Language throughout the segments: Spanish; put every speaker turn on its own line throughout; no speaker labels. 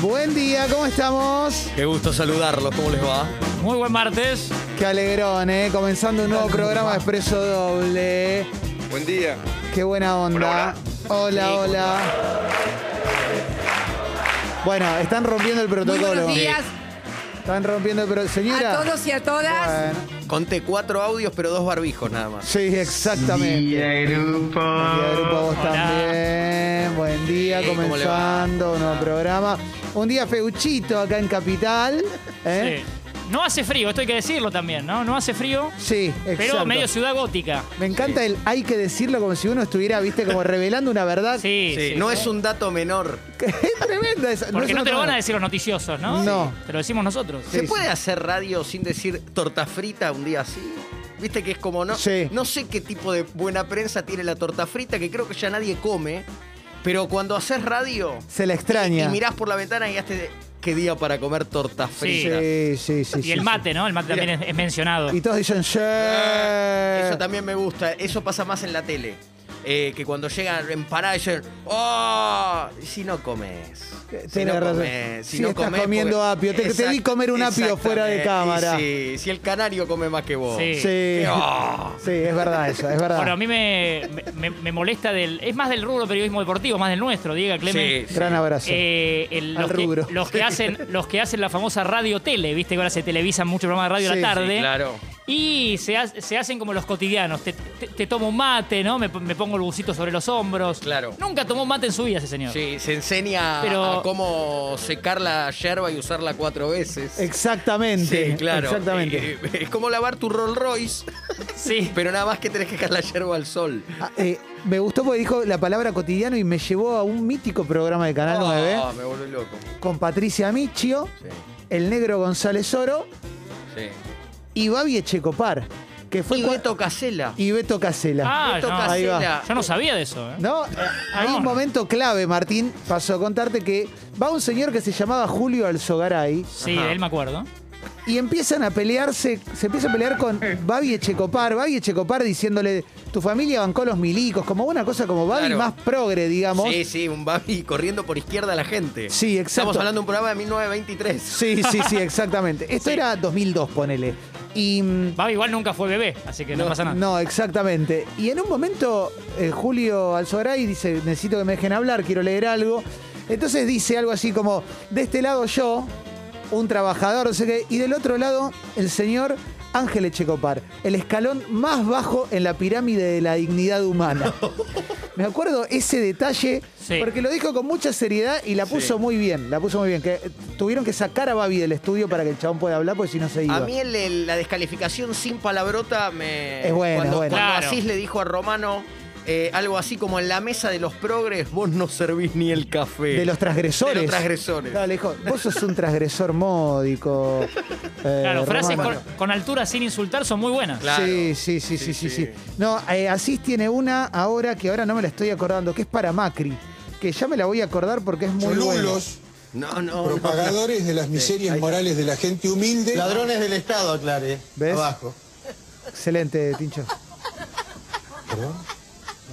Buen día, ¿cómo estamos?
Qué gusto saludarlos, ¿cómo les va?
Muy buen martes.
Qué alegrón, ¿eh? Comenzando un nuevo programa de Expreso Doble.
Buen día.
Qué buena onda. Hola, hola. Bueno, están rompiendo el
Muy
protocolo.
buenos días
Están rompiendo el protocolo. Señora.
a todos y a todas.
Bueno.
Conté cuatro audios, pero dos barbijos nada más.
Sí, exactamente. Buen día, grupo, a vos
Hola.
también. Buen día,
Sí, ¿cómo le va?
comenzando un nuevo programa. Un día feuchito acá en Capital. ¿eh?
Sí. No hace frío, esto hay que decirlo también, ¿no? No hace frío,
Sí, exacto.
pero medio ciudad gótica.
Me encanta el hay que decirlo como si uno estuviera, viste, como revelando una verdad.
Sí,
Sí,
sí.
no es un dato menor.
es tremenda esa.
Porque
es
no,
una
te lo van a
broma.
decir los noticiosos, ¿no?
No.
Te lo decimos nosotros.
¿Se
Sí,
puede hacer radio sin decir torta frita un día así? Viste que es como no.
Sí.
No sé qué tipo de buena prensa tiene la torta frita, que creo que ya nadie come. Pero cuando haces radio
Se la
y
extraña.
mirás por la ventana y haces qué día para comer torta
Sí.
frita.
sí, sí, sí.
Y el
sí.
mate, ¿no? El mate también es, es mencionado.
Y todos dicen, "Sí".
Eh, Eso también me gusta. Eso pasa más en la tele. Eh, que cuando llegan en parada dicen, ¡Oh! Si no comes. Si
Eh, Tenés
no
razón.
comes. Si,
Si
no
estás
comes,
comiendo apio. Te- te vi
Exact-
comer un apio fuera de
exactamente.
cámara.
Y Sí, si el canario come más que vos.
Sí.
Sí.
¡Oh!
Sí, es verdad eso, es verdad.
Bueno, a mí me, me- me molesta del. Es más del rubro periodismo deportivo, más del nuestro, Diego Clemente.
Sí,
Gran abrazo.
Eh, el-
Al
los, que,
rubro.
los que hacen los que hacen la famosa radio tele, viste que ahora se televisan muchos programas de radio a
Sí,
la tarde.
sí, claro.
Y se, ha- se hacen como los cotidianos. Te, te- te tomo un mate, ¿no? Me, me pongo el bucito sobre los hombros.
Claro.
Nunca tomó mate en su vida ese señor.
Sí, se enseña
Pero-
a cómo secar la yerba y usarla cuatro veces.
Exactamente.
Sí, claro.
Exactamente.
Eh, Es como lavar tu Rolls Royce,
Sí.
pero nada más que tenés que dejar la yerba al sol.
Ah, eh, me gustó porque dijo la palabra cotidiano y me llevó a un mítico programa de Canal
Oh,
9
me volví loco.
con Patricia Michio,
Sí,
el negro González Oro
sí.
y Babi Echecopar, que fue
Y
cua-
Beto Casella.
y Beto Casela.
Ah,
Beto
no.
Ahí va.
Casella.
Yo no sabía de eso, ¿eh?
¿No? Hay
no.
un momento clave, Martín, pasó a contarte que va un señor que se llamaba Julio Alzogaray
Sí,
Ajá.
de él me acuerdo.
y empiezan a pelearse, se empieza a pelear con Babi Echecopar, Babi Echecopar diciéndole, tu familia bancó los milicos, como una cosa como Babi
Claro.
más progre, digamos.
Sí, sí, un Babi corriendo por izquierda a la gente.
Sí, exacto.
Estamos hablando de un programa de 1923.
Sí, sí, sí, exactamente. Esto
Sí.
era 2002, ponele. Y mm,
Babi igual nunca fue bebé, así que no, pasa nada.
no, exactamente. Y en un momento eh, Julio Alzogaray dice, necesito que me dejen hablar, quiero leer algo. Entonces dice algo así como, de este lado yo, un trabajador, no sé qué, y del otro lado el señor Ángel Echecopar, el escalón más bajo en la pirámide de la dignidad humana. Me acuerdo ese detalle,
Sí.
porque lo dijo con mucha seriedad y la puso muy bien, la puso muy bien. Que eh, tuvieron que sacar a Babi del estudio para que el chabón pueda hablar, porque si no se iba.
A mí el- el- la descalificación sin palabrota me.
Es bueno,
cuando,
es bueno.
cuando
Claro.
Asís le dijo a Romano eh, algo así como en la mesa de los progres, vos no servís ni el café.
De los transgresores.
De los transgresores.
No, le dijo, vos sos un transgresor módico. eh,
Claro, frases
Romano".
con, con altura sin insultar son muy buenas.
Claro.
Sí, sí, sí, sí, sí,
Sí,
sí.
sí.
No, eh, Asís tiene una ahora que ahora no me la estoy acordando, que es para Macri, que ya me la voy a acordar porque es muy buena.
Cholulos,
No, no. no.
propagadores de las miserias morales de la gente humilde.
Ladrones del Estado, aclare.
¿Ves?
Abajo.
Excelente, Tincho.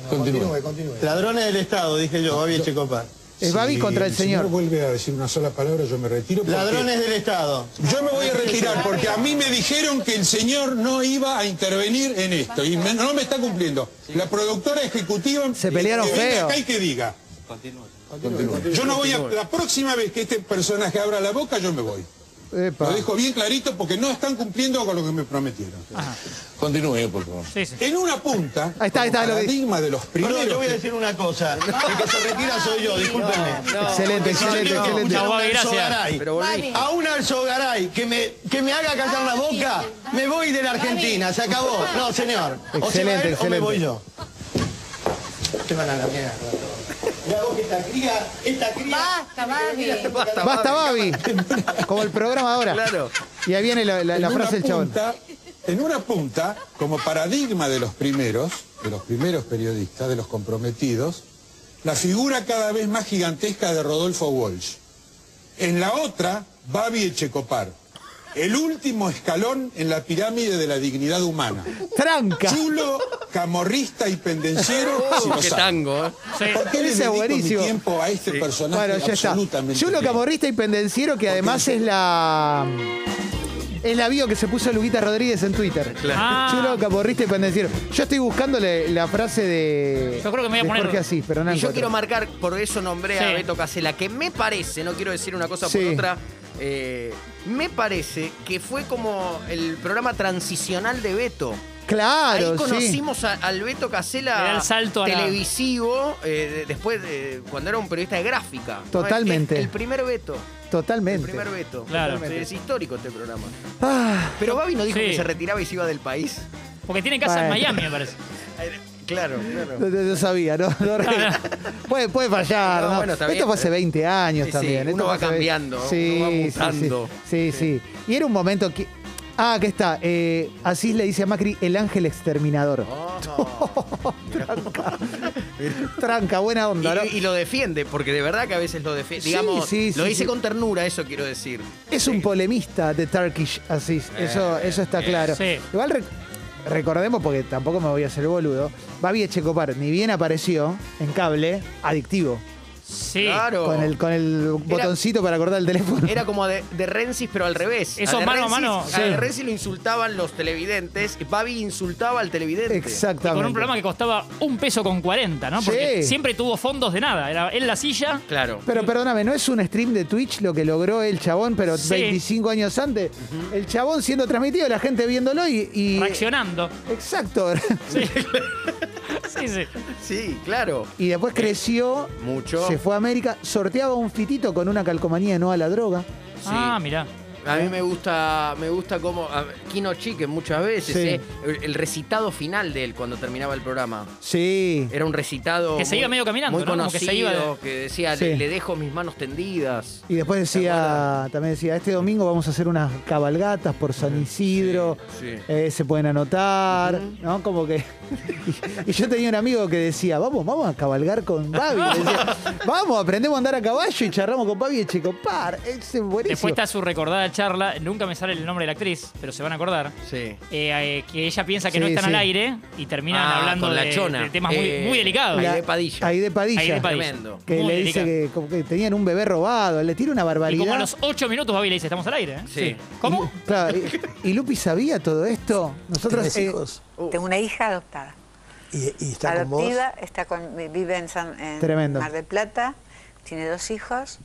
Continúe, continúe.
Ladrones del Estado, dije yo, Babi Echecopar.
Es Babi
Si
contra el señor.
vuelve a decir una sola palabra, yo me retiro. porque-
Ladrones del Estado.
Yo me voy a retirar porque a mí me dijeron que el señor no iba a intervenir en esto y me- no me está cumpliendo. La productora ejecutiva
Se pelearon
que venga
feo.
acá y que diga. Yo no voy a la próxima vez que este personaje abra la boca yo me voy.
Epa.
Lo dejo bien clarito porque no están cumpliendo con lo que me prometieron.
Continúe, por favor.
Sí, sí.
En una punta,
Ahí está, ahí está,
como
lo que-
paradigma de los primeros.
Perdón, yo voy a decir una cosa. El que se retira soy yo, discúlpenme.
Excelente,
Yo
excelente,
quiero
excelente.
escuchar a un
Babi, gracias.
Alzogaray.
Pero volví.
A un Alzogaray que me, que me haga callar la boca, me voy de la Argentina, se acabó. No, señor. O se va
Excelente,
él o me
excelente.
voy yo. Te van a la mierda. Mirá vos que esta cría, esta cría...
Ah.
Basta, Babi.
Basta,
Basta, Babi. Como el programa ahora.
Claro.
Y ahí viene la, la- la
en
frase del
una
chabón.
punta, En una punta, como paradigma de los primeros, de los primeros periodistas, de los comprometidos, la figura cada vez más gigantesca de Rodolfo Walsh. En la otra, Babi Echecopar. el último escalón en la pirámide de la dignidad humana.
Tranca.
Chulo, camorrista y pendenciero, si lo
Qué
sabe.
tango, ¿eh?
Sí.
¿Por qué le
Ese es
dedico
buenísimo.
mi tiempo a este personaje
Bueno, ya está.
absolutamente?
Yulo
gay?
Camorrista y Pendenciero, que además es la. Es la bio que se puso Luguita Rodríguez en Twitter.
Claro.
Ah.
Chulo Camorrista y Pendenciero. Yo estoy buscándole la frase de.
Yo creo que me voy a
de
poner-
Jorge Asís, pero no
Y yo
encuentro.
quiero marcar, por eso nombré
Sí.
a Beto Casela, que me parece, no quiero decir una cosa
Sí.
por otra, eh, me parece que fue como el programa transicional de Beto.
Claro,
Ahí
sí.
conocimos a- al Beto
Le da
Casela
el salto a la-
televisivo, eh, de- después de- cuando era un periodista de gráfica. ¿no? Es-
Totalmente.
es el primer Beto. El
Totalmente.
primer Beto.
Claro.
Totalmente. Es histórico este programa.
Ah,
Pero Babi no dijo
Sí.
que se retiraba y se iba del país.
Porque tiene casa en
Bueno.
Miami, me parece.
Eh, Claro, claro.
no, no- no sabía, ¿no? no re- puede, puede fallar,
No,
¿no?
bueno, está
Esto
bien.
fue hace 20 años
Sí, sí,
también.
uno
Esto
va
fue hace ve-
cambiando,
Sí,
uno va
sí,
mutando.
Sí, sí, sí. Y era un momento que. Ah, aquí está. Eh, Asís le dice a Macri el ángel exterminador. Tranca, buena onda, ¿no?
Ah. Y, y lo defiende, porque de verdad que a veces lo defiende.
Sí,
Digamos,
sí,
lo
sí,
dice
sí.
con ternura, eso quiero decir.
Es un polemista de Turkish Aziz,
Eh,
eso, eso está claro.
sí.
Igual rec- recordemos, porque tampoco me voy a hacer boludo, Babi Echecopar, ni bien apareció en cable, adictivo,
Sí.
Claro.
con el, con el botoncito para cortar el teléfono.
Era como de, de Rensis, pero al revés.
Eso
de
mano a
Rensis-
mano,
A
sí.
de Rensis lo insultaban los televidentes y Babi insultaba al televidente.
Exactamente.
Con un programa que costaba un peso con 40, ¿no? Porque
Sí.
siempre tuvo fondos de nada. Era en la silla.
Claro.
Pero perdóname, no es un stream de Twitch lo que logró el chabón, pero
Sí.
25 años antes. El chabón siendo transmitido, la gente viéndolo y. y-
Reaccionando.
Exacto.
Sí, sí.
Sí, claro.
y después creció.
Mucho.
Se fue a América, sorteaba un fitito con una calcomanía no a la droga.
Sí.
Ah, mirá.
A mí me gusta, me gusta como a- Kino Chique muchas veces,
Sí.
¿eh? el, el recitado final de él cuando terminaba el programa.
Sí.
Era un recitado
Que se
muy-
iba medio caminando,
muy
¿no? Como
conocido,
que se
que,
iba de-
decía
Sí.
le, le dejo mis manos tendidas.
Y después decía, también decía, este domingo vamos a hacer unas cabalgatas por San Isidro,
sí.
eh, se pueden anotar, ¿no? Como que... Y, y yo tenía un amigo que decía, vamos, vamos a cabalgar con Babi. Le decía, vamos, aprendemos a andar a caballo y charramos con Babi y Checopar. Ese es buenísimo.
Después está su recordada charla. Nunca me sale el nombre de la actriz, pero se van a acordar.
Sí.
Eh, eh, que ella piensa que no
Sí,
están
sí.
al aire y terminan
Ah,
hablando
con la
de,
chona.
de temas muy,
Eh,
muy delicados.
La- Aide Padilla.
Aide Padilla.
Aide Padilla.
Tremendo.
Que
Muy
le dice
delicado.
que, como que tenían un bebé robado, le tira una
Y
barbaridad.
como a los 8 minutos Babi le dice, estamos al aire. ¿eh?
Sí.
¿Cómo?
Claro, y, y Lupi sabía todo esto. Nosotros...
Tres
eh,
hijos.
Tengo una hija adoptada.
Uh. Y, y está con vos.
Adoptiva, está con, vive en, San, en
Tremendo.
Mar del Plata, tiene dos hijos,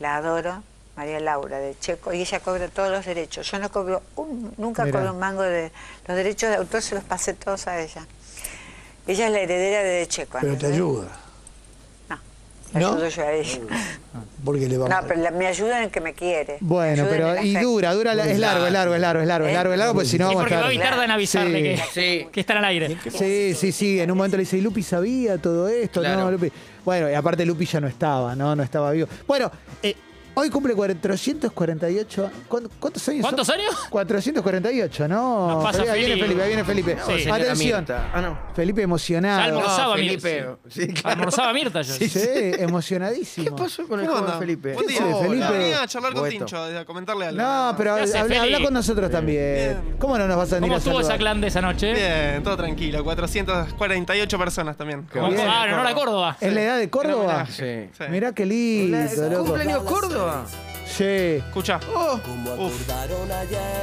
la adoro, María Laura de Checo, y ella cobra todos los derechos. Yo no cobro un, nunca
Mirá.
cobro un mango de los derechos de autor, se los pasé todos a ella. Ella es la heredera de Checo.
Pero te
¿entendés?
ayuda.
No, la
¿No?
ayudo yo a ella.
Porque le va
No,
mal.
pero la- me ayuda en que me quiere.
Bueno,
Ayuda en el
pero y
afecto.
dura, dura, la- es largo, es largo, es largo, es largo, es largo, es largo, porque si no
Sí,
vamos a
porque
estar.
Babi tarda en avisarle
Sí.
que,
Sí.
que están al aire.
Sí, sí, sí, en un momento le dice, y Lupi sabía todo esto,
Claro.
¿no? Lupi? Bueno, y aparte Lupi ya no estaba, ¿no? No estaba vivo. Bueno, eh, hoy cumple 448. ¿cuán- ¿Cuántos años?
¿Cuántos
son?
años?
448, ¿no?
Nos pasa
Ahí viene
Felipe.
Felipe, ahí viene Felipe.
No, señora
Atención.
Mirta. Ah, no.
Felipe
Ya
emocionado.
almorzó.
almorzaba
No,
Mirta.
Felipe.
sí.
Sí, claro.
Almorzaba Mirta yo.
Sí, emocionadísimo.
¿Qué pasó con el
¿Cómo
joven
andan?
Felipe?
Buen
¿Qué
día.
haces,
Hola.
Felipe?
Venía a charlar con
Boeto.
Tincho, a comentarle algo.
No, pero
¿Qué haces,
habla, habla
Feli?
con nosotros también. ¿Cómo no nos vas a venir
¿Cómo
a
estuvo esa
saludar?
clan de esa noche?
Bien, todo tranquilo. 448 personas también.
Como-
bien.
Ah, en honor a Córdoba.
¿Es la edad de Córdoba?
homenaje. Sí.
Sí.
Mirá qué lindo, loco.
¿Cumpleaños Córdoba?
Sí,
Escucha.
Oh.
Uf.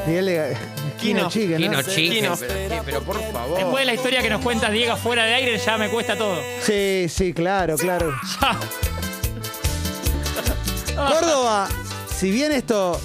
Miguel de
Quino.
Chique, ¿no?
Quino Chique,
Quino.
Pero, sí, pero por favor.
Después de la historia que nos cuenta Diego fuera de aire, ya me cuesta todo.
Sí, sí, claro, claro. Córdoba, si bien esto.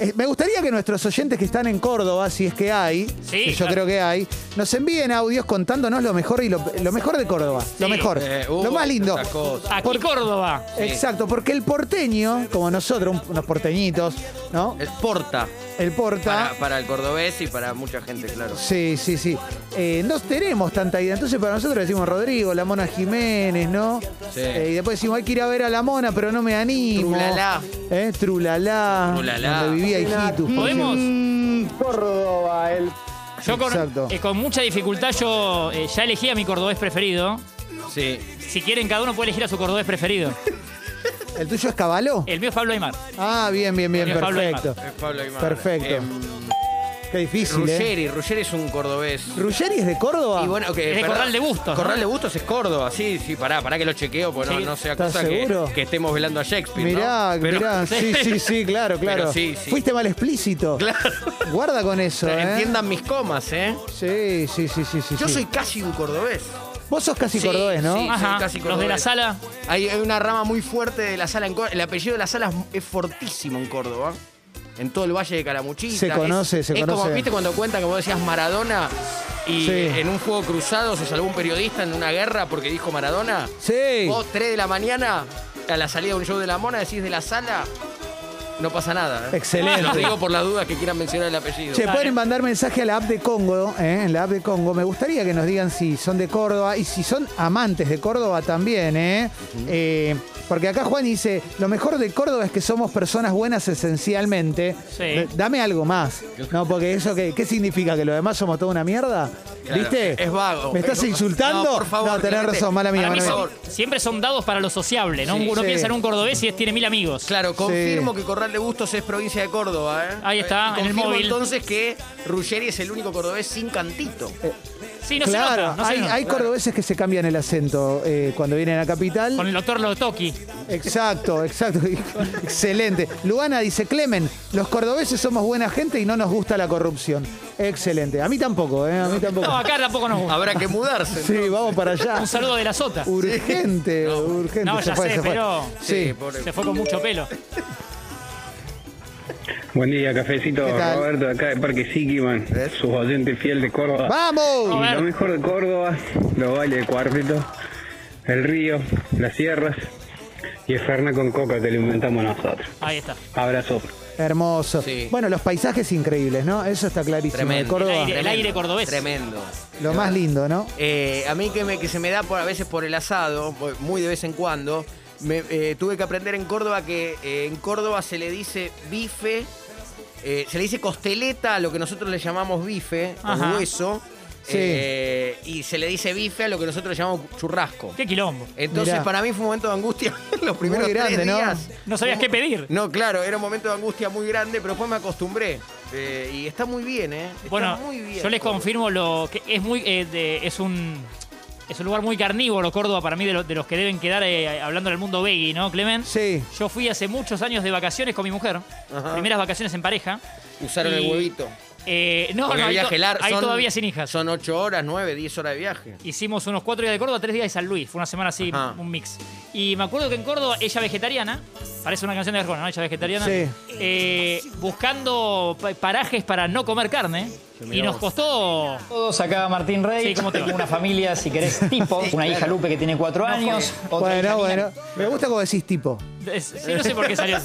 eh, Me gustaría que nuestros oyentes que están en Córdoba, si es que hay,
Sí,
que yo
claro.
creo que hay, nos envíen audios contándonos lo mejor y lo, lo mejor de Córdoba. Lo mejor.
Eh, hubo
lo más lindo.
tantas cosas.
Aquí
Por-
Córdoba.
Exacto, porque el porteño, como nosotros, un- unos porteñitos, ¿no?
El Porta.
El porta.
Para, para el cordobés y para mucha gente, claro.
Sí, sí, sí. Eh, no tenemos tanta idea. Entonces, para nosotros decimos Rodrigo, la mona Jiménez, ¿no?
Sí.
Eh, y después decimos, hay que ir a ver a la mona, pero no me animo.
Trulalá.
¿Eh? Trulalá.
Trulalá.
Donde vivía Hijitus. por
¿Podemos?
ejemplo.
Yo
Exacto.
con, eh, con mucha dificultad yo eh, ya elegí a mi cordobés preferido.
Sí.
Si quieren, cada uno puede elegir a su cordobés preferido.
¿El tuyo es Cabaló?
El mío es Pablo Aymar.
Ah, bien, bien, bien,
El de Eh. Pablo
perfecto.
Es Pablo Aymar.
Perfecto. Qué difícil, ¿eh?
Em, Ruggeri, Ruggeri es un cordobés.
¿Ruggeri es de Córdoba?
Y bueno, que,
Es de
perdón,
Corral de Bustos,
Corral
¿no?
de Bustos es Córdoba, sí, sí, pará, pará que lo chequeo, porque no-
Sí.
no, sea
¿Estás
cosa que,
seguro?
que estemos velando a Shakespeare. ¿no?
mirá,
Pero-
mirá, sí, sí, sí, claro,
Pero
claro.
sí, sí.
Fuiste mal explícito.
Claro.
Guarda con eso, ¿eh?
Entiendan mis comas, ¿eh?
Sí, sí, sí, sí, sí.
Yo
sí.
soy casi un cordobés.
Vos sos casi
Sí,
cordobés, ¿no?
sí.
Ajá.
casi
Los de la
cordobés.
sala.
Hay, hay una rama muy fuerte de la sala en Córdoba. El apellido de la sala es- es fortísimo en Córdoba. En todo el Valle de Calamuchita.
Se conoce,
es,
se
es
conoce.
como, viste, cuando cuentan que vos decías Maradona y
Sí.
en un fuego cruzado se salvó un periodista en una guerra porque dijo Maradona.
Sí.
Vos, 3 de la mañana, a la salida de un show de la mona, decís de la sala, no pasa nada. ¿eh?
Excelente.
Los digo por las dudas que quieran mencionar el apellido.
Che, pueden mandar mensaje a la app de Congo, ¿eh? en la app de Congo. Me gustaría que nos digan si son de Córdoba y si son amantes de Córdoba también, ¿eh? Eh, porque acá Juan dice, lo mejor de Córdoba es que somos personas buenas esencialmente.
Sí.
Eh, Dame algo más. No, porque eso que, ¿qué significa? ¿Que los demás somos toda una mierda?
Claro,
¿Viste?
es vago.
¿Me estás
Es-
insultando?
No, por favor,
No, tenés
Clemente.
razón, mala mía,
Para mí
mala mía.
son-
sie- siempre son dados para lo sociable, ¿no?
Sí.
Uno
Sí.
piensa en un cordobés y es- tiene mil amigos.
Claro, confirmo que Corral de Bustos es provincia de Córdoba, ¿eh?
Ahí está,
Y
en el
confirmo
móvil.
entonces que Ruggeri es el único cordobés sin cantito.
Eh, Sí, no se
Claro,
nota, no se
hay,
nota.
hay cordobeses que se cambian el acento eh, cuando vienen a Capital.
Con el doctor Lotoki.
Exacto, exacto. Excelente. Luana dice, Clemen, los cordobeses somos buena gente y no nos gusta la corrupción. Excelente. A mí tampoco, ¿eh? A mí tampoco.
No, acá tampoco nos gusta.
Habrá que mudarse.
Sí, vamos para allá.
Un saludo de la sota.
Urgente, urgente.
No, ya sé, pero-
Sí.
Sí, pobre.
Se fue con mucho pelo.
Buen día, cafecito.
¿Qué tal?
Roberto, acá de Parque Sikiman, su oyente fiel de Córdoba.
¡Vamos!
Y lo mejor de Córdoba, los valles de Cuarteto, el río, las sierras y el Fernet con coca que lo inventamos nosotros.
Ahí está.
Abrazo.
Hermoso.
Sí.
Bueno, los paisajes increíbles, ¿no? Eso está clarísimo. De
Tremendo.
Córdoba,
El aire- cordobés.
Tremendo.
lo más lindo, ¿no?
Eh, a mí que, me, que se me da por, a veces por el asado, pues, muy de vez en cuando, me, eh, tuve que aprender en Córdoba que eh, en Córdoba se le dice bife, eh, se le dice costeleta a lo que nosotros le llamamos bife,
Ajá.
o hueso,
Sí.
eh, y se le dice bife a lo que nosotros le llamamos churrasco.
Qué quilombo.
Entonces
Mirá.
para mí fue un momento de angustia los primeros
Muy grande,
tres
¿no?
días.
No sabías qué pedir.
No, claro, era un momento de angustia muy grande, pero después me acostumbré. Eh, y está muy bien, ¿eh? Está
Bueno,
muy bien.
yo les confirmo lo que es muy eh, de- es un es un lugar muy carnívoro Córdoba para mí de, lo- de los que deben quedar eh, hablando del mundo veggie, ¿no, Clemen?
Sí.
Yo fui hace muchos años de vacaciones con mi mujer,
Ajá.
primeras vacaciones en pareja.
Usaron
Y-
el huevito.
Eh, no,
Porque
no,
el
hay, to-
viaje largo.
hay
son-
todavía sin hijas.
Son 8 horas, 9, 10 horas de viaje.
Hicimos unos cuatro días de Córdoba, tres días de San Luis. Fue una semana así,
Ajá.
un mix. Y me acuerdo que en Córdoba, ella vegetariana, parece una canción de Arjona, ¿no? Ella vegetariana.
Sí.
eh, buscando pa- parajes para no comer carne. Y nos costó.
todos, acá Martín Rey.
Sí, ¿cómo te va?
Tengo una familia, si querés, tipo. Una hija Lupe que tiene cuatro años. otra hija
Bueno,
mía.
bueno. Me gusta como decís tipo.
Es- sí, no sé por qué salió.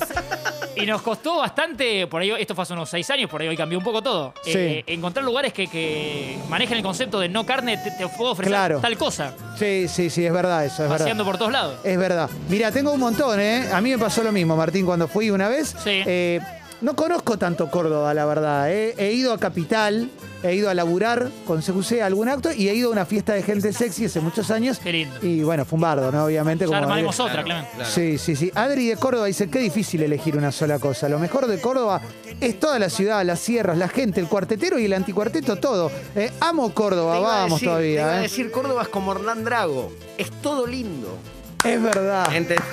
Y nos costó bastante, por ahí, esto fue hace unos seis años, por ahí hoy cambió un poco todo.
Sí.
Eh, eh, encontrar lugares que, que manejen el concepto de no carne, te, te puedo ofrecer
Claro.
tal cosa.
Sí, sí, sí, es verdad eso, es verdad.
Paseando por todos lados.
Es verdad. Mira, tengo un montón, ¿eh? A mí me pasó lo mismo, Martín, cuando fui una vez.
Sí.
Eh, no conozco tanto Córdoba, la verdad. ¿eh? He ido a Capital, he ido a laburar con CQC a algún acto y he ido a una fiesta de gente sexy hace muchos años.
Qué lindo.
Y bueno, fue un bardo, ¿no? Obviamente.
Ya armaremos
Adri-
otra, Clemente.
Sí, sí, sí. Adri de Córdoba dice, qué difícil elegir una sola cosa. Lo mejor de Córdoba es toda la ciudad, las sierras, la gente, el cuartetero y el anticuarteto, todo. Eh, amo Córdoba,
Te iba a
vamos
decir- Te iba
todavía.
a
¿eh?
decir, Córdoba es como Hernán Drago. Es todo lindo.
Es verdad.
¿Entendés?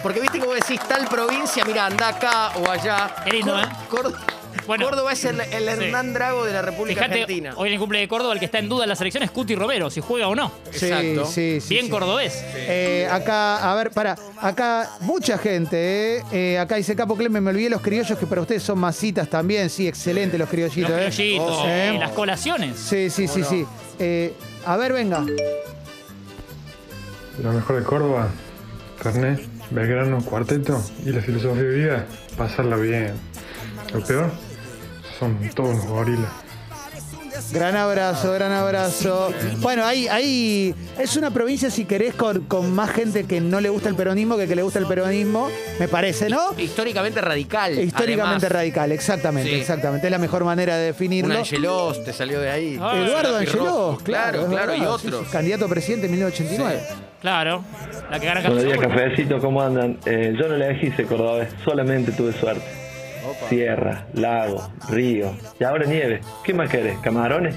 Porque viste como decís tal provincia, mira, anda acá o allá.
Qué lindo,
Cor- Cor-
¿eh? Bueno.
Córdoba es el, el
Sí.
Hernán Drago de la República
Fíjate,
Argentina.
hoy en el cumple de Córdoba, el que está en duda en la selección es Cuti Romero, si juega o no.
Sí,
Exacto.
sí, sí,
Bien
sí.
cordobés.
Eh, acá, a ver, para, acá mucha gente, ¿eh? Eh, acá dice Capo Clemen, me olvidé los criollos que para ustedes son masitas también, sí, excelente los criollitos,
Los
¿eh?
criollitos,
Oh.
eh,
Eh.
las colaciones.
Sí, sí, sí, sí. Eh, a ver, venga.
Lo mejor de Córdoba, Fernet, Belgrano, Cuarteto y la filosofía de vida, pasarla bien. Lo peor, son todos los gorilas.
Gran abrazo, gran abrazo. Bueno, ahí, ahí es una provincia, si querés, con, con más gente que no le gusta el peronismo que que le gusta el peronismo, me parece, ¿no?
Históricamente radical.
Históricamente
además.
radical, exactamente,
Sí.
exactamente. Es la mejor manera de definirlo.
Un Angelós te salió de ahí.
Ah,
Eduardo
Rapi
Angeló,
Rojo,
claro,
Claro,
es
claro, y
verdad, sí,
otros.
sí, Candidato a presidente en 1989.
Claro. La que gana
Buenos días,
Capitán.
cafecitos, ¿cómo andan? Eh, yo no le dejé ser cordobés, solamente tuve suerte. Sierra, lago, río y ahora nieve. ¿Qué más querés? ¿Camarones?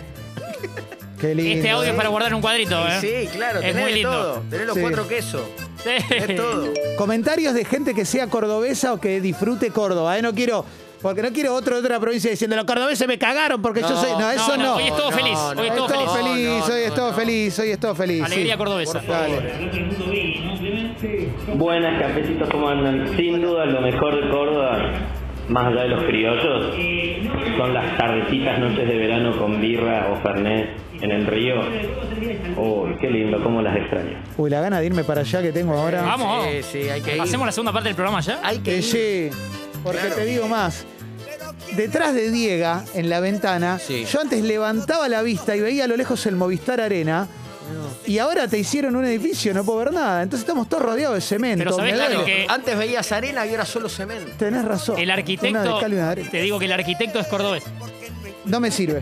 Qué lindo.
Este audio es para guardar en un cuadrito, ¿eh?
Sí, claro,
es
tenés
muy
de
lindo.
todo. Tenés los
Sí.
cuatro quesos. Es todo.
Comentarios de gente que sea cordobesa o que disfrute Córdoba. ¿eh? No quiero, porque no quiero otro de otra provincia diciendo los cordobeses me cagaron porque yo
No,
soy. No, eso no.
Hoy es todo feliz. Hoy es todo
Hoy es todo
feliz.
feliz, hoy es todo feliz, hoy es todo feliz. sí.
Alegría cordobesa.
Buenas, cafecitos, ¿cómo andan? Sin duda, lo mejor de Córdoba, más allá de los criollos, son las tardecitas, noches de verano con birra o fernet en el río. Uy, qué lindo, cómo las extraño.
Uy, la gana de irme para allá que tengo ahora.
Vamos, vamos.
Sí, hay que ir.
Hacemos la segunda parte del programa ya.
Hay
Que sí, porque te digo más. Detrás de Diega, en la ventana, yo antes levantaba la vista y veía a lo lejos el Movistar Arena. Y ahora te hicieron un edificio, no puedo ver nada. Entonces estamos todos rodeados de cemento.
Pero sabés,
me
Dani,
duele.
que
Antes veías arena y ahora solo cemento.
Tenés razón.
el
Una
arquitecto.
de cal y una de arena.
Te digo que el arquitecto es cordobés.
No me sirve.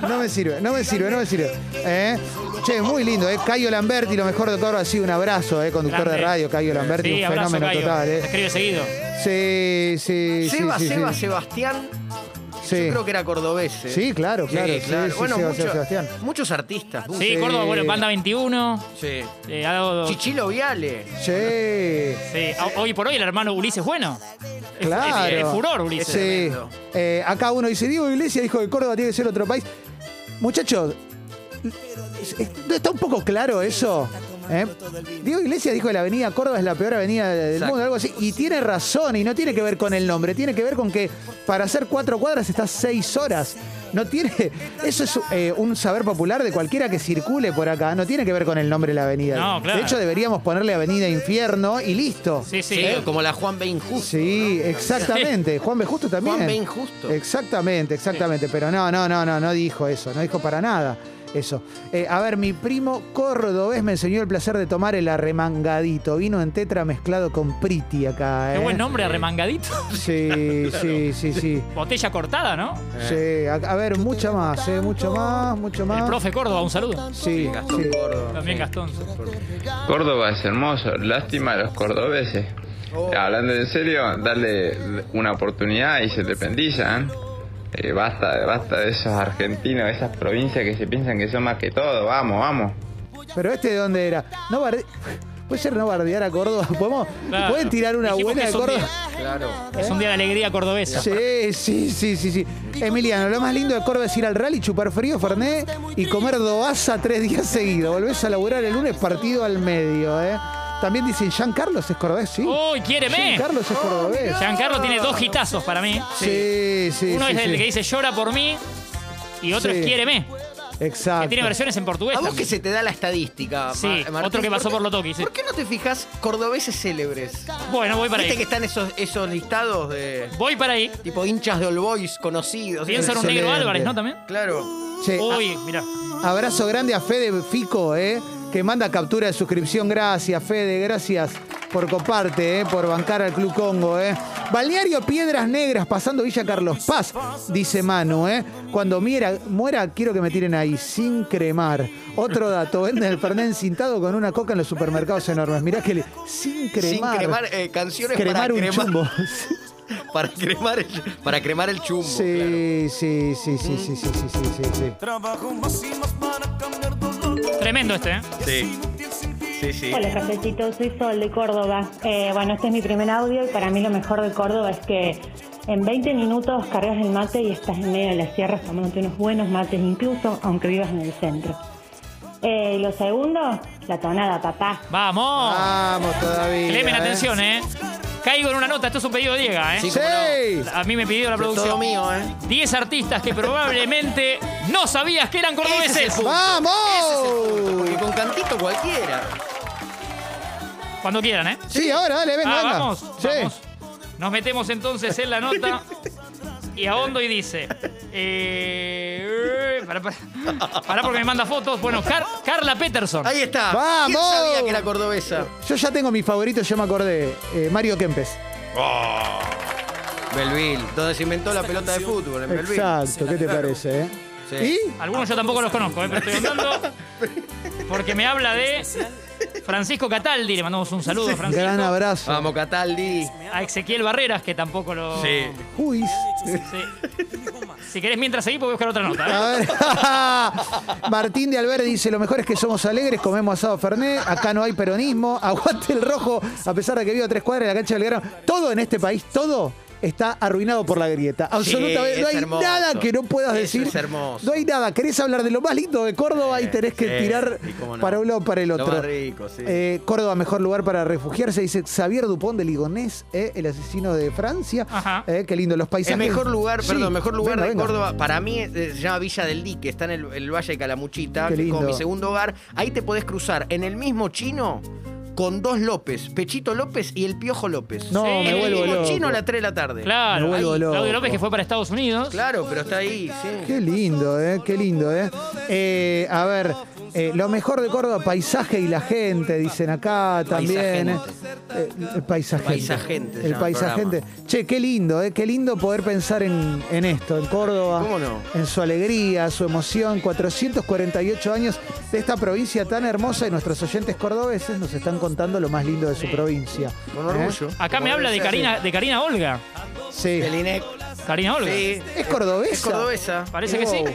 No me sirve, no me sirve, no me sirve. ¿Eh? Che, muy lindo, ¿eh? Cayo Lamberti, lo mejor de todo ha sido un abrazo, ¿eh? Conductor
Grande.
de radio, Cayo Lamberti,
Sí,
un
abrazo,
fenómeno
Cayo.
total,
Te
¿eh?
escribe seguido.
Sí, sí, sí.
Seba,
sí, sí.
Seba, Sebastián.
Sí.
Yo creo que era cordobés. ¿eh?
Sí, claro, claro, sí, sí,
bueno,
Seba,
mucho-
Seba, Sebastián.
muchos artistas.
Sí,
Sí.
Córdoba, bueno, Banda 21.
Sí.
eh, ha dado-
Chichilo Viale.
Sí.
Sí, a- Hoy por hoy el hermano Ulises Bueno. Es-
Claro.
Es, es furor, Ulises.
Sí. Eh, acá uno dice, Diego Iglesias dijo que Córdoba tiene que ser otro país. Muchachos, es- es- ¿no está un poco claro eso? ¿Eh? Diego Iglesias dijo que la avenida Córdoba es la peor avenida del
Exacto.
mundo, algo así. Y tiene razón, y no tiene que ver con el nombre, tiene que ver con que para hacer cuatro cuadras estás seis horas. No tiene, eso es eh, un saber popular de cualquiera que circule por acá. No tiene que ver con el nombre de la avenida.
No, claro.
De hecho, deberíamos ponerle Avenida Infierno y listo.
Sí, sí.
Sí, como la Juan B. Injusto.
Sí, exactamente. Juan B. Justo también.
Juan B. Injusto.
Exactamente, exactamente. Pero no, no, no, no, no dijo eso. No dijo para nada eso. Eh, a ver, mi primo cordobés me enseñó el placer de tomar el arremangadito. Vino en tetra mezclado con priti acá.
Qué
¿eh?
buen nombre, arremangadito.
Sí, sí, sí, sí.
Botella cortada, ¿no?
Sí, a, a ver, mucha más, eh, mucho más, mucho
Eh. El
más.
profe Córdoba, un saludo.
Ah. Sí, sí.
También Gastón.
Córdoba es hermoso, lástima a los cordobeses. Hablando en serio, dale una oportunidad y se independizan. Eh, basta, basta de esos argentinos, de esas provincias que se piensan que son más que todo. Vamos, vamos.
Pero este de dónde era. No barde- Puede ser no bardear a Córdoba. ¿Podemos-
Claro.
¿Pueden tirar una
Dijimos
buena
que
de
es un
Córdoba?
día-
Claro.
Es un día de alegría cordobesa.
Sí, sí, sí, sí, sí. Emiliano, lo más lindo de Córdoba es ir al rally, chupar frío, Fernet y comer dobaza tres días seguidos. Volvés a laburar el lunes partido al medio, ¿eh? También dicen, Jean Carlos es cordobés, sí.
¡Uy, quiéreme!
Jean Carlos es cordobés.
Giancarlo tiene dos gitazos para mí.
Sí, sí,
Uno
sí,
es el
sí.
que dice llora por mí y otro
Sí. Ah,
es quiéreme.
Exacto.
Que tiene versiones en portugués.
A vos que
también.
se te da la estadística. Ma-
Sí,
Martín,
otro que pasó por
qué-
Lotoki, sí.
¿Por qué no te fijas cordobeses célebres?
Bueno, voy para
¿Viste
ahí.
que están esos, esos listados de
Voy para ahí.
tipo hinchas de All Boys conocidos?
Piensa en un negro
Excelente. Eh, ah.
Álvarez, ¿no? También.
Claro.
Che, a-
Uy, mirá.
abrazo grande a Fede Fico, ¿eh? Que manda captura de suscripción. Gracias, Fede. Gracias por coparte, ¿eh? Por bancar al Club Congo, ¿eh? Balneario Piedras Negras, pasando Villa Carlos Paz, dice Manu, ¿eh? Cuando miera- muera, quiero que me tiren ahí, sin cremar. Otro dato, venden el Fernet encintado con una coca en los supermercados enormes. Mirá que le... Sin cremar.
Sin cremar eh, canciones
cremar
para
un
cremar.
chumbo.
Para cremar el, para cremar el chumbo.
Sí, sí, sí, sí, sí, sí, sí, sí, sí, sí.
Tremendo este, ¿eh?
Sí. Sí, sí.
Hola, cafecito, soy Sol de Córdoba. Eh, bueno, este es mi primer audio y para mí lo mejor de Córdoba es que en 20 minutos cargas el mate y estás en medio de las sierras tomándote unos buenos mates, incluso aunque vivas en el centro. Eh, lo segundo, la tonada, papá.
¡Vamos!
Vamos todavía.
Clemen,
¿eh?
atención, ¿eh? Caigo en una nota. Esto es un pedido de Diego, ¿eh?
Sí, cómo
A mí me pidió la producción.
Todo mío, ¿eh?
10 artistas que probablemente no sabías que eran cordobeses.
Ese es el punto.
¡Vamos!
Porque con cantito cualquiera.
Cuando quieran, ¿eh?
Sí, ahora, dale, venga,
Ah,
venga.
vamos,
Sí.
vamos. Nos metemos entonces en la nota y ahondo y dice. eh, Pará, pará. Pará porque me manda fotos. Bueno, Car- Carla Peterson.
Ahí está.
¡Vamos!
¿Quién sabía que era cordobesa?
Yo ya tengo mi favorito, yo me acordé. eh, Mario Kempes.
Oh. Belleville, donde se inventó la pelota de fútbol, en Belleville.
Exacto, ¿qué te parece? eh?
Sí.
Algunos yo tampoco los conozco, eh, pero estoy andando porque me habla de Francisco Cataldi. Le mandamos un saludo, Francisco.
Gran abrazo.
Vamos, Cataldi.
A Ezequiel Barreras, que tampoco lo.
Sí.
Juiz.
Sí. Si querés, mientras seguí, voy a buscar otra nota.
Ah,
¿eh?
A ver. Martín de Alberdi dice, lo mejor es que somos alegres, comemos asado Fernet, acá no hay peronismo, aguante el rojo, a pesar de que vivo a tres cuadras de la cancha del Belgrano. Todo en este país, todo está arruinado por la grieta. Absolutamente,
Sí,
no
es
hay
hermoso.
nada que no puedas
Eso
decir.
es hermoso.
No hay nada, querés hablar de lo más lindo de Córdoba y tenés que
sí,
tirar
y cómo no.
para un lado para el
Lo
otro.
más rico, sí.
Eh, Córdoba, mejor lugar para refugiarse, dice Xavier Dupont de Ligonés, eh, el asesino de Francia.
Ajá.
Eh, qué lindo los paisajes.
El mejor lugar,
Sí,
perdón, mejor lugar
venga,
de
venga.
Córdoba, para mí eh, se llama Villa del Dique, está en el, el Valle de Calamuchita,
Qué
que es como
lindo.
mi segundo hogar. Ahí te podés cruzar en el mismo chino con dos López, Pechito López y el Piojo López.
No,
Sí,
me
en el
vuelvo
mismo
loco.
chino a las 3 de la tarde.
Claro,
Me vuelvo
ahí,
loco.
Claudio López que fue para Estados Unidos.
Claro, pero está ahí, sí.
Qué lindo, ¿eh? Qué lindo, ¿eh? Eh, a ver, eh, lo mejor de Córdoba, paisaje y la gente, dicen acá también. ¿eh? Eh, el paisajente.
Paisajente se
El
llama
paisajente.
el
Che, qué lindo, ¿eh? Qué lindo poder pensar en, en esto, en Córdoba.
¿Cómo no?
En su alegría, su emoción. 448 años de esta provincia tan hermosa y nuestros oyentes cordobeses nos están contando lo más lindo de su provincia.
Con
¿eh?
orgullo.
Acá me
Como
habla de
debe ser.
Karina, de Karina Olga.
Sí.
Del INEC.
Karina Olga.
Sí.
¿Es cordobesa?
Es cordobesa.
Parece que sí.
Wow.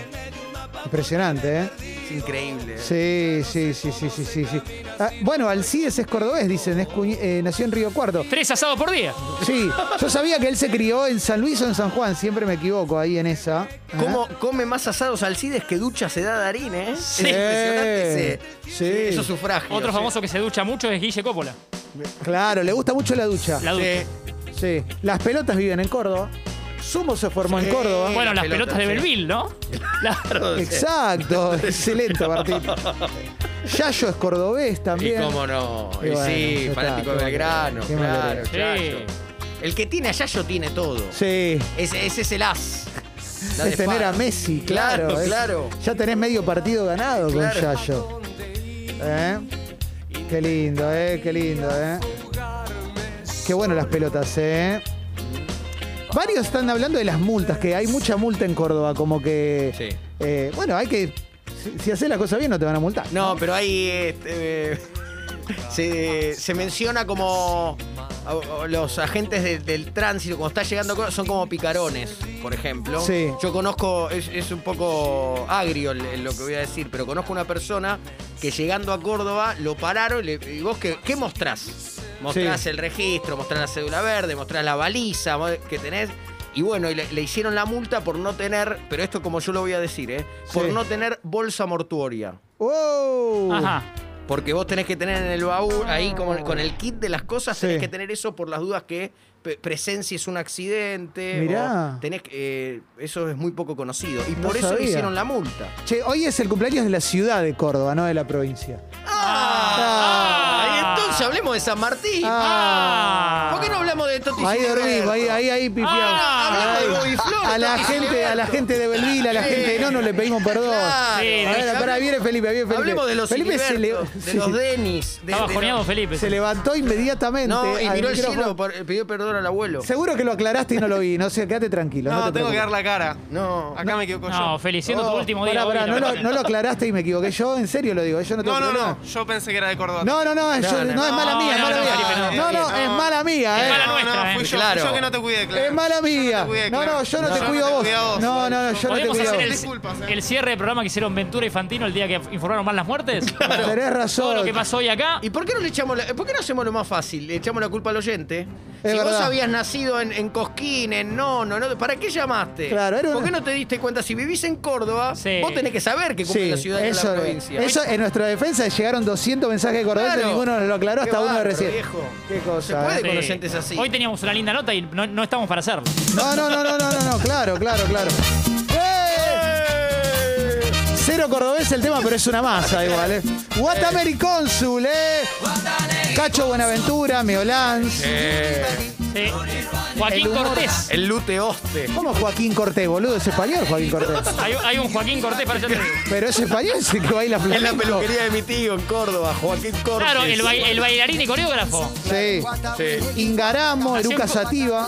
Impresionante, ¿eh?
Es increíble.
Sí, sí, sí, sí, sí, sí. sí. Ah, bueno, Alcides es cordobés, dicen, es cuñ- eh, nació en Río Cuarto.
Tres asados por día.
Sí, yo sabía que él se crió en San Luis o en San Juan, siempre me equivoco ahí en esa. ¿eh?
¿Cómo come más asados Alcides que ducha se da Darín, eh?
Sí.
Es impresionante ese.
Sí.
Eso sufragio.
Otro
sí.
famoso que se ducha mucho es Guille Coppola.
Claro, le gusta mucho la ducha.
La ducha.
Sí.
Sí, las pelotas viven en Córdoba. Sumo se formó en
Sí.
Córdoba.
Bueno, las pelotas,
Pelotas,
de
sí.
Belville, ¿no?
Claro, sí.
Exacto, excelente, Martín. Yayo es cordobés
Y
también.
cómo no.
Y
Y
bueno, ya
sí,
está,
fanático
qué
de Belgrano.
mal que- qué mal
Claro,
que-
Yayo.
Sí.
El que tiene a Yayo tiene todo.
Sí.
Ese, ese es el as. La de
es tener
espada.
a Messi, claro.
Claro,
es-
claro.
Ya tenés medio partido ganado
Claro.
con Yayo. ¿Eh? Qué lindo, ¿eh? Qué lindo, ¿eh? Qué bueno las pelotas, ¿eh? Varios están hablando de las multas, que hay mucha multa en Córdoba, como que...
Sí.
eh, bueno, hay que... Si, si haces las cosas bien no te van a multar.
No, pero ahí este, eh, se, se menciona como a- a los agentes de- del tránsito, cuando está llegando, a Córdoba, son como picarones, por ejemplo.
Sí.
Yo conozco, es, es un poco agrio el- el- lo que voy a decir, pero conozco una persona que llegando a Córdoba lo pararon y, le, y vos, ¿qué, qué mostrás? Mostrás
Sí.
el registro, mostrás la cédula verde, mostrás la baliza mo- que tenés. Y bueno, y le, le hicieron la multa por no tener, pero esto como yo lo voy a decir, ¿eh? por
Sí.
no tener bolsa mortuoria.
¡Wow!
Ajá.
Porque vos tenés que tener en el baúl, ahí como con el kit de las cosas,
Sí.
tenés que tener eso por las dudas que pe- presencies un accidente.
Mirá.
o tenés que- eh, eso es muy poco conocido. Y
No
por eso le
sabía.
hicieron la multa.
Che, hoy es el cumpleaños de la ciudad de Córdoba, no de la provincia.
y Ah. entonces hablemos de San Martín.
Ah.
¿Por qué no hablamos de Toti
Ahí dormimos,
Gilberto?
ahí, ahí, ahí pifiamos.
Ah, hablamos de
Ahí.
Bobby Flor,
a la
Toti
gente, a la
Gilberto.
gente de Belville, a la
Sí.
gente de Nono le pedimos perdón.
Claro.
A ver,
Hablemos-
pará, viene Felipe, viene Felipe.
Hablemos de los
Felipe se,
Felipe
le-
de
sí,
los Denis. de-
Estaba
de-
joneado Felipe.
se
sí.
levantó inmediatamente.
No, y
al
miró el
micrófono.
cielo, por- pidió perdón al abuelo.
Seguro que lo aclaraste y no lo vi, no sé, quédate tranquilo. No,
No,
te
tengo que dar
preocupes.
la cara.
No.
Acá me equivoco
No,
yo.
feliciendo
Oh,
tu último día.
pará,
hoy,
pará,
la
no, lo,
verdad.
no lo aclaraste y me equivoqué. Yo en serio lo digo, yo no tengo
No, no,
problema.
no. Yo pensé que era de Córdoba.
No, no, no, yo-
No,
no,
no,
es mala
no,
mía, es
no,
mala
no,
mía.
Felipe,
No,
no.
no, es mala mía,
Es
eh.
No,
mala
no,
nuestra,
fui
eh.
yo,
Claro.
fui yo que no te cuidé, claro.
Es mala mía.
cuidé,
No, no,
claro.
yo no te
No,
cuido
no
a
te
vos.
cuidé a vos.
No, no, no, yo no te
Podríamos
cuido a
hacer el,
vos.
Disculpas, eh.
el cierre del programa que hicieron Ventura y Fantino el día que informaron mal las muertes.
Tenés
Todo lo
razón.
que pasó hoy acá.
¿Y por qué no le echamos la- por qué no hacemos lo más fácil? Le echamos la culpa al oyente.
Es
si vos
verdad.
habías nacido en, en Cosquín, en Nono, no, ¿para qué llamaste?
Claro, era
¿Por
una-
qué no te diste cuenta? Si vivís en Córdoba,
Sí.
vos tenés que saber que cumple la ciudad y no la provincia.
Eso, en nuestra defensa llegaron 200 mensajes de cordobeses,
Claro.
ninguno nos lo aclaró
Qué
hasta uno de
bárbaro,
recién.
viejo.
Qué
Se
cosa.
puede
¿eh?
con
Sí.
oyentes así.
Hoy teníamos una linda nota y no, no estamos para hacerlo.
No, no, no, no, no, no, no, claro, claro, claro. ¡Eh! Cero cordobés el tema, pero es una masa igual, ¿eh? Guatameri Cónsul, ¿eh? Cacho Buenaventura, Meolans.
Sí. Joaquín
humor.
Cortés.
El lute hoste.
¿Cómo Joaquín Cortés, boludo? Es español Joaquín Cortés.
Hay, hay un Joaquín Cortés para allá.
Pero es español, es el que baila
En la
flamenco.
peluquería de mi tío en Córdoba, Joaquín Cortés.
Claro, el, bai- el bailarín y coreógrafo.
Sí. Ingaramo,
Nació
Eruca
en-
Sativa.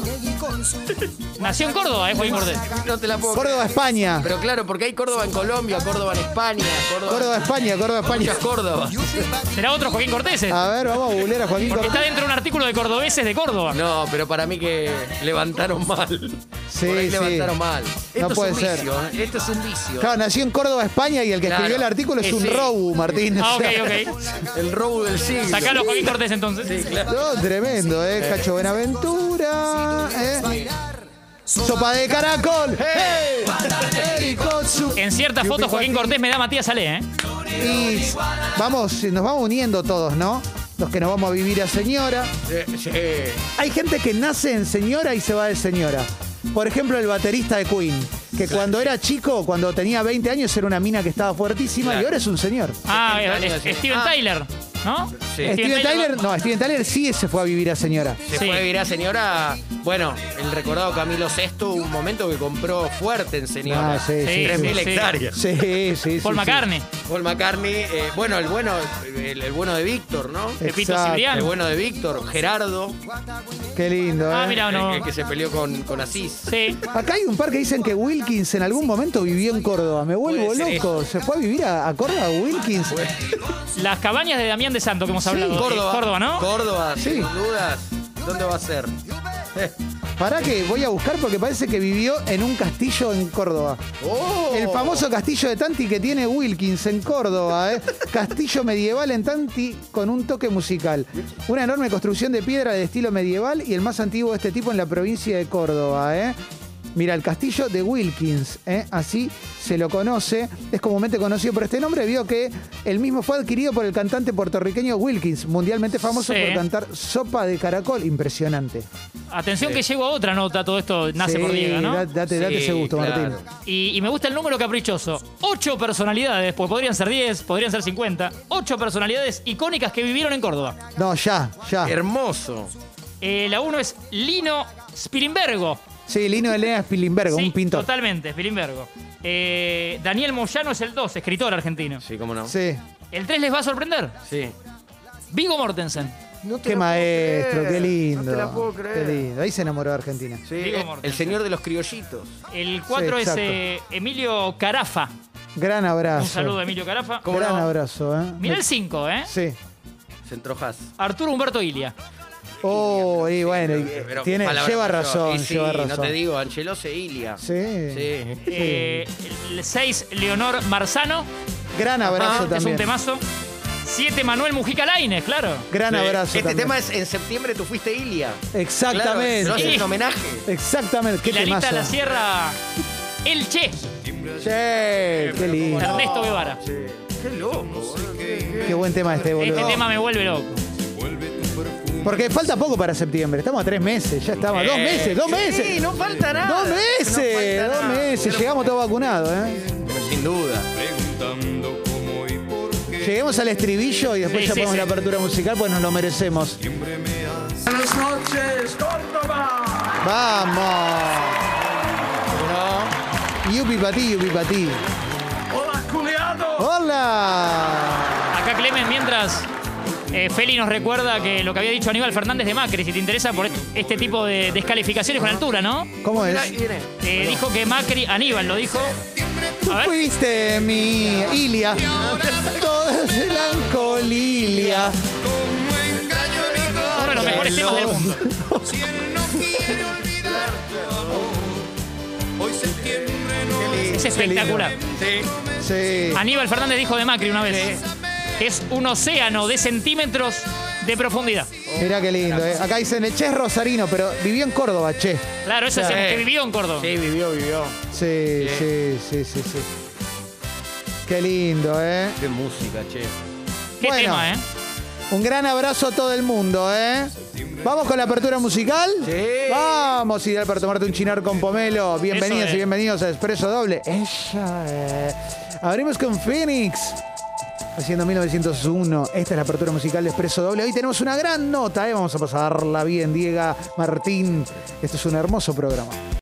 Nació en Córdoba, eh, Joaquín Cortés.
No te la puedo creer.
Córdoba, España.
Pero claro, porque hay Córdoba en Colombia, Córdoba en España, Córdoba,
Córdoba, España, Córdoba, España.
Muchas Córdoba.
Será otro Joaquín Cortés.
Ah,
eh.
A ver, vamos a googlear a Joaquín
Porque está
Cortés.
dentro de un artículo de cordobeses de Córdoba.
No, pero para mí que levantaron mal.
Sí,
Por ahí
sí.
levantaron mal. Esto
No
es
puede
un
ser.
vicio, ¿eh? esto es un vicio.
Claro, nació en Córdoba, España y el que
Claro.
escribió el artículo es
Eh,
un
sí.
robo, Martín.
Ah,
O sea,
ok, ok.
El robo del siglo.
Sacalo Joaquín Cortés entonces.
Sí, claro.
No, tremendo, ¿eh? Cacho Buenaventura. ¿eh? Sopa de caracol. ¡eh! Y con su-
En ciertas fotos Joaquín Cortés me da Matías Ale, ¿eh?
Y vamos, eh, nos vamos uniendo todos, ¿no? Los que nos vamos a vivir a señora.
Sí, sí.
Hay gente que nace en señora y se va de señora. Por ejemplo, el baterista de Queen, que cuando era chico, cuando tenía 20 años, era una mina que estaba fuertísima
Claro.
y ahora es un señor.
Ah,
Steven
es-
Tyler,
es
sí.
Steven
Ah.
Tyler, ¿no?
Sí.
Steven Tyler, no, Steven Tyler sí se fue a vivir a señora.
Se
Sí.
fue virá señora. Bueno, el recordado Camilo VI, hubo un momento que compró fuerte en señora.
Ah, sí, sí,
3.000
sí.
hectáreas.
Sí, sí, sí.
Paul
sí.
McCartney,
Paul McCartney, eh, bueno, el bueno, el, el bueno de Víctor, ¿no?
Pepito
Exacto.
El
Cibrián.
bueno de Víctor, Gerardo,
Qué lindo, ¿eh?
Ah, mira, no.
el, el que se peleó con, con Asís.
Sí.
Acá hay un par que dicen que Wilkins en algún momento vivió en Córdoba. Me vuelvo
Puede ser. Ah,
loco. ¿Se fue a vivir a, a Córdoba Wilkins?
Las cabañas de Damián de Santo que hemos hablado.
Córdoba.
Eh, Córdoba, ¿no?
Córdoba,
Sí.
sin dudas. ¿Dónde va a ser?
Pará que voy a buscar porque parece que vivió en un castillo en Córdoba.
Oh.
El famoso castillo de Tanti que tiene Wilkins en Córdoba, ¿eh? castillo medieval en Tanti con un toque musical. Una enorme construcción de piedra de estilo medieval y el más antiguo de este tipo en la provincia de Córdoba. ¿eh? Mira, el castillo de Wilkins, ¿eh? así se lo conoce, es comúnmente conocido por este nombre, vio que el mismo fue adquirido por el cantante puertorriqueño Wilkins, mundialmente famoso
Sí.
por cantar Sopa de Caracol, impresionante.
Atención
Sí.
que llego a otra nota, todo esto
Sí,
nace por Diego, ¿no?
da- Date,
Sí,
date ese gusto,
claro.
Martín.
Y, y me gusta el número caprichoso. Ocho personalidades, pues podrían ser 10, podrían ser 50. Ocho personalidades icónicas que vivieron en Córdoba.
No, ya, ya.
Hermoso.
Eh, la uno es Lino Spilimbergo.
Sí, Lino Elena Spilimbergo,
Sí,
Este un pintor.
Totalmente, Spilimbergo. Eh, Daniel Moyano es el 2, escritor argentino.
Sí, cómo no. Sí.
Sí.
El 3 les va a sorprender. Vigo Mortensen.
Qué maestro, qué lindo.
No te la puedo creer.
Qué lindo. Ahí se enamoró de Argentina.
Sí,
Diego
eh, el
Mortensen.
señor de los criollitos.
El 4 es
exacto.
eh, Emilio Carafa.
Gran abrazo.
Un saludo a Emilio Carafa.
¿Cómo
Gran
no?
abrazo, ¿eh?
Mirá
Me-
el 5, ¿eh?
Sí.
Centrojas.
Arturo Humberto Ilia.
Oh, y bueno, y-
Pero
tiene,
palabra
lleva
mayor.
razón,
Y sí,
lleva
no
razón.
te digo, Angelo Ilia.
Sí.
Sí.
Eh, el 6, Leonor Marzano.
Gran abrazo
Ah, es
también.
un temazo. 7, Manuel Mujica Laines, claro.
Gran
Sí.
abrazo
Este
también.
tema es en septiembre tú fuiste Ilia.
Exactamente.
Claro, pero es
Sí.
un homenaje.
Exactamente. Qué
Y Larita
temazo.
La Sierra. El Che.
Sí, qué lindo.
Ernesto Guevara.
Qué loco, boludo.
Qué buen tema este, boludo.
Este tema me vuelve loco.
Porque falta poco para septiembre. Estamos a tres meses, ya estamos. dos
Eh,
meses, dos
sí,
meses.
no falta nada.
Dos meses,
No falta
dos
nada.
meses. Llegamos todos vacunados, ¿eh?
Pero sin duda.
Lleguemos al estribillo y después
Sí,
ya
sí,
ponemos
sí.
la apertura musical, pues nos lo merecemos.
Buenas noches, Córdoba.
¡Vamos! Yupi patí, yupi patí.
Hola, culiado.
¡Hola!
Acá Clemen, mientras eh, Feli nos recuerda que lo que había dicho Aníbal Fernández de Macri, si te interesa por est- este tipo de descalificaciones con altura, ¿no?
¿Cómo es?
Eh, dijo que Macri, Aníbal lo dijo.
Tú
A ver.
fuiste mi Ilia, toda melancolía.
Uno de los mejores temas del mundo. Es espectacular.
Sí.
Aníbal Fernández dijo de Macri una vez. Es un océano de centímetros de profundidad.
Mirá qué lindo, ¿eh? Acá dicen, el Che es rosarino, pero vivió en Córdoba, Che.
Claro, eso es el que vivió en Córdoba.
Sí, vivió, vivió.
Sí, sí, sí, sí, sí. Qué lindo, ¿eh?
Qué música, che.
Qué
bueno.
tema, ¿eh?
Un gran abrazo a todo el mundo, ¿eh? Vamos con la apertura musical.
Sí.
Vamos, ideal para tomarte un chinar con pomelo. Bienvenidos
Eso es.
y bienvenidos a Expreso Doble. Ella, eh. Abrimos con Phoenix. Haciendo 1901, esta es la apertura musical de Expreso Doble. Hoy tenemos una gran nota, ¿eh? vamos a pasarla bien, Diego Martín. Esto es un hermoso programa.